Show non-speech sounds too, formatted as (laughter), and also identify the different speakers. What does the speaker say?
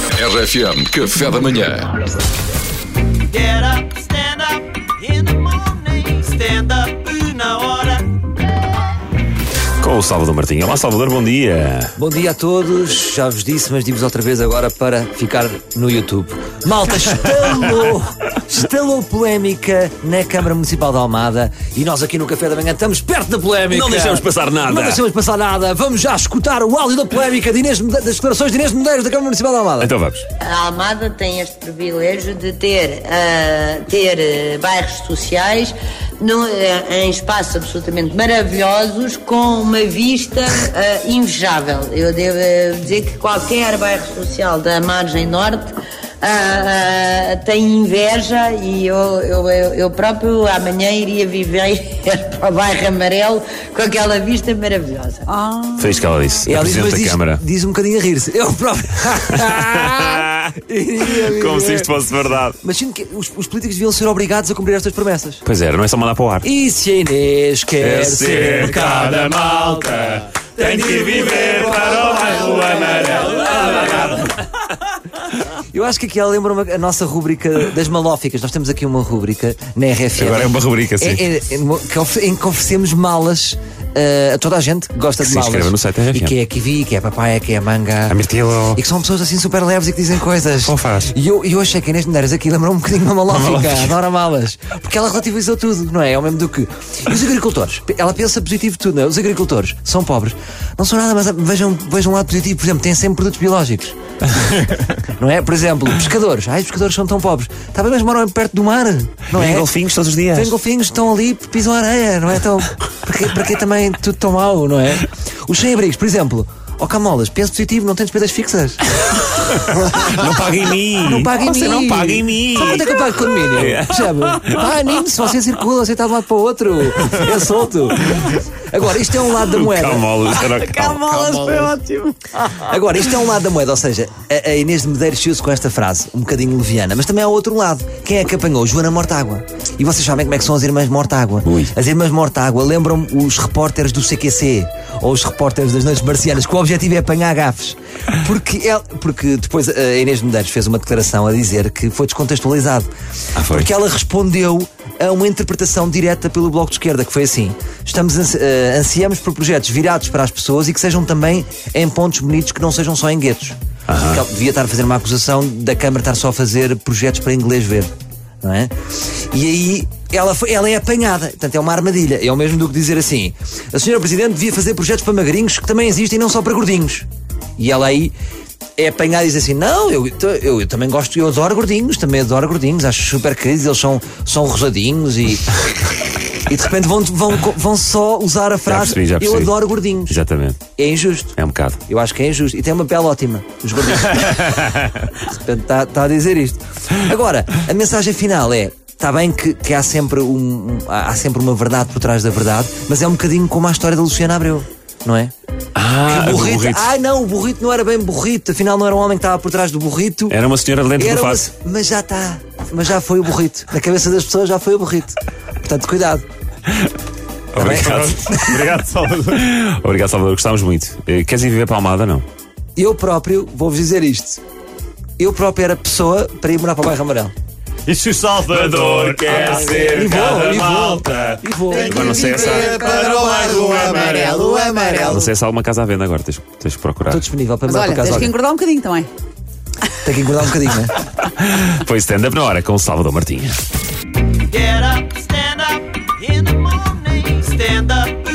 Speaker 1: RFM, café da manhã.
Speaker 2: Get up, stand up in the morning. Stand up na hora.
Speaker 3: Com o Salvador Martinho. Olá, Salvador, bom dia.
Speaker 4: Bom dia a todos, já vos disse, mas digo-vos outra vez agora para ficar no YouTube. Malta,
Speaker 3: (laughs)
Speaker 4: estalou, estalou polémica na Câmara Municipal de Almada e nós aqui no Café da Manhã estamos perto da polémica.
Speaker 3: Não deixamos passar nada.
Speaker 4: Não deixamos passar nada. Vamos já escutar o áudio da polémica de Inês, Mede- das declarações de Inês Medeiros da Câmara Municipal de Almada.
Speaker 3: Então vamos.
Speaker 5: A Almada tem este privilégio de ter, ah, ter eh, bairros sociais no- eh, em espaços absolutamente maravilhosos, com uma vista ah, invejável. Eu devo eh, dizer que qualquer bairro social da margem norte ah, ah, tem inveja e eu, eu, eu, eu próprio amanhã iria viver (laughs) para o bairro amarelo com aquela vista maravilhosa.
Speaker 3: Foi isto que ela disse.
Speaker 4: E
Speaker 3: a
Speaker 4: É, ela diz,
Speaker 3: Então, Presidente
Speaker 4: mas
Speaker 3: da
Speaker 4: diz,
Speaker 3: Câmara.
Speaker 4: diz um bocadinho a rir-se. Eu próprio. (laughs) Iria
Speaker 3: Como se
Speaker 4: viver.
Speaker 3: isto fosse verdade.
Speaker 4: Mas sinto que os, os políticos deviam ser obrigados a cumprir estas promessas.
Speaker 3: Pois era, não é só mandar para o ar.
Speaker 4: E se a Inês
Speaker 3: É
Speaker 4: quer É ser cada
Speaker 3: malta, tem que viver para o bairro amarelo.
Speaker 4: Eu acho que aqui ela lembra uma- a nossa rúbrica das malóficas. Nós temos aqui uma rúbrica na RFM.
Speaker 3: Agora é uma rubrica, sim.
Speaker 4: É- é- é uma- que ofe- em que oferecemos malas ah, a toda a gente que gosta de
Speaker 3: se
Speaker 4: malas.
Speaker 3: inscreva no site da
Speaker 4: E
Speaker 3: RFM.
Speaker 4: que é a kiwi, que é a papaya, que é a manga.
Speaker 3: A mirtilo.
Speaker 4: E que são pessoas assim super leves e que dizem coisas.
Speaker 3: Fofas.
Speaker 4: E eu, e eu achei que a Inês Medeiros aqui lembrou um bocadinho uma malófica.
Speaker 3: Uma malófica.
Speaker 4: Adora malas. Porque ela relativizou tudo, não é? É o mesmo do que. E os agricultores? Ela pensa positivo de tudo, não é? Os agricultores são pobres. Não são nada, mas vejam, vejam um lado positivo. Por exemplo, têm sempre
Speaker 3: (laughs)
Speaker 4: produtos biológicos. Não é? Por exemplo, pescadores. Ai, os pescadores são tão pobres. Está bem, mas moram perto do mar. Não
Speaker 3: Vêm
Speaker 4: é?
Speaker 3: golfinhos todos os dias.
Speaker 4: Vêm golfinhos, estão ali, pisam a areia, não é? Então, para que- para que também tudo tão mau, não é? Os sem-abrigos, por exemplo. Ó Camolas, penso positivo, não tens despesas fixas.
Speaker 3: Não paga em mim.
Speaker 4: Ah, Não paga em
Speaker 3: Você
Speaker 4: mim.
Speaker 3: não paga em mim.
Speaker 4: Sabe quanto é que eu pago condomínio?
Speaker 3: É.
Speaker 4: Percebe? Ah, anime se você circula, você está de um lado para o outro. É solto. Agora, isto é um lado da moeda.
Speaker 3: Camolas, era o
Speaker 4: Agora, isto é um lado da moeda, ou seja, a, a Inês de Medeiros chiu-se com esta frase, um bocadinho leviana, mas também há outro lado. Quem é que apanhou? Joana Mortágua. E vocês sabem como é que são as irmãs Mortágua.
Speaker 3: Ui.
Speaker 4: As irmãs Mortágua lembram-me os repórteres do CQC ou os repórteres das Noites Marcianas, que o objetivo é apanhar gafes. Porque, ela- porque depois a Inês de Medeiros fez uma declaração a dizer que foi descontextualizado.
Speaker 3: Ah, foi.
Speaker 4: Porque ela respondeu a uma interpretação direta pelo Bloco de Esquerda, que foi assim: estamos ansi- eh, ansiamos por projetos virados para as pessoas e que sejam também em pontos bonitos que não sejam só em guetos. Porque ela Devia estar a fazer uma acusação da Câmara estar só a fazer projetos para inglês ver. Não é? E aí ela, foi- ela é apanhada, portanto é uma armadilha. É o mesmo do que dizer assim: a senhora Presidente devia fazer projetos para magrinhos que também existem, não só para gordinhos. E ela aí é apanhar e dizer assim: não, eu, eu, eu também gosto, eu adoro gordinhos, também adoro gordinhos, acho super queridos, eles são, são
Speaker 3: (laughs)
Speaker 4: rosadinhos e. e de repente vão, vão, vão só usar a frase:
Speaker 3: percebi, já
Speaker 4: eu
Speaker 3: percebi."
Speaker 4: adoro gordinhos.
Speaker 3: Exatamente.
Speaker 4: É injusto.
Speaker 3: É um bocado.
Speaker 4: Eu acho que é injusto. E tem uma pele ótima,
Speaker 3: (laughs)
Speaker 4: os gordinhos. Portanto, está tá a dizer isto. Agora, a mensagem final é. Está bem que, que há, sempre um, um- há há sempre uma verdade por trás da verdade, mas é um bocadinho como a história da Luciana Abreu, não é?
Speaker 3: Ah,
Speaker 4: Que o
Speaker 3: do
Speaker 4: burrito-
Speaker 3: burrito.
Speaker 4: Ah, não, o burrito não era bem burrito, afinal não era um homem que estava por trás do burrito.
Speaker 3: Era um uma senhora de lentes
Speaker 4: Era
Speaker 3: no
Speaker 4: uma-
Speaker 3: face.
Speaker 4: Mas já está, mas já foi o burrito. Na cabeça das pessoas já foi o burrito. Portanto, cuidado.
Speaker 3: Obrigado. Obrigado, Salvador. Obrigado, Salvador. Gostámos muito. Eh, Queres ir viver para a Almada, não?
Speaker 4: Eu próprio, vou-vos dizer isto, eu próprio era pessoa para ir morar para o bairro Amarelo.
Speaker 6: E se o Salvador quer É ser
Speaker 4: Ah, E vou,
Speaker 6: cada
Speaker 4: e vou.
Speaker 6: malta
Speaker 4: E vou.
Speaker 3: Agora não sei se há,
Speaker 6: para o
Speaker 4: um
Speaker 6: bairro amarelo,
Speaker 3: não
Speaker 6: amarelo.
Speaker 3: sei se há alguma casa à venda agora. Tens, tens que procurar.
Speaker 4: Estou disponível para
Speaker 7: Mas
Speaker 4: mandar
Speaker 7: olha,
Speaker 4: para casa.
Speaker 7: tens que
Speaker 4: Olha,
Speaker 7: engordar um bocadinho também.
Speaker 4: Tem que engordar um bocadinho, né?
Speaker 3: Foi stand-up na hora com o Salvador Martinha.
Speaker 2: Get up, stand up in the morning. Stand up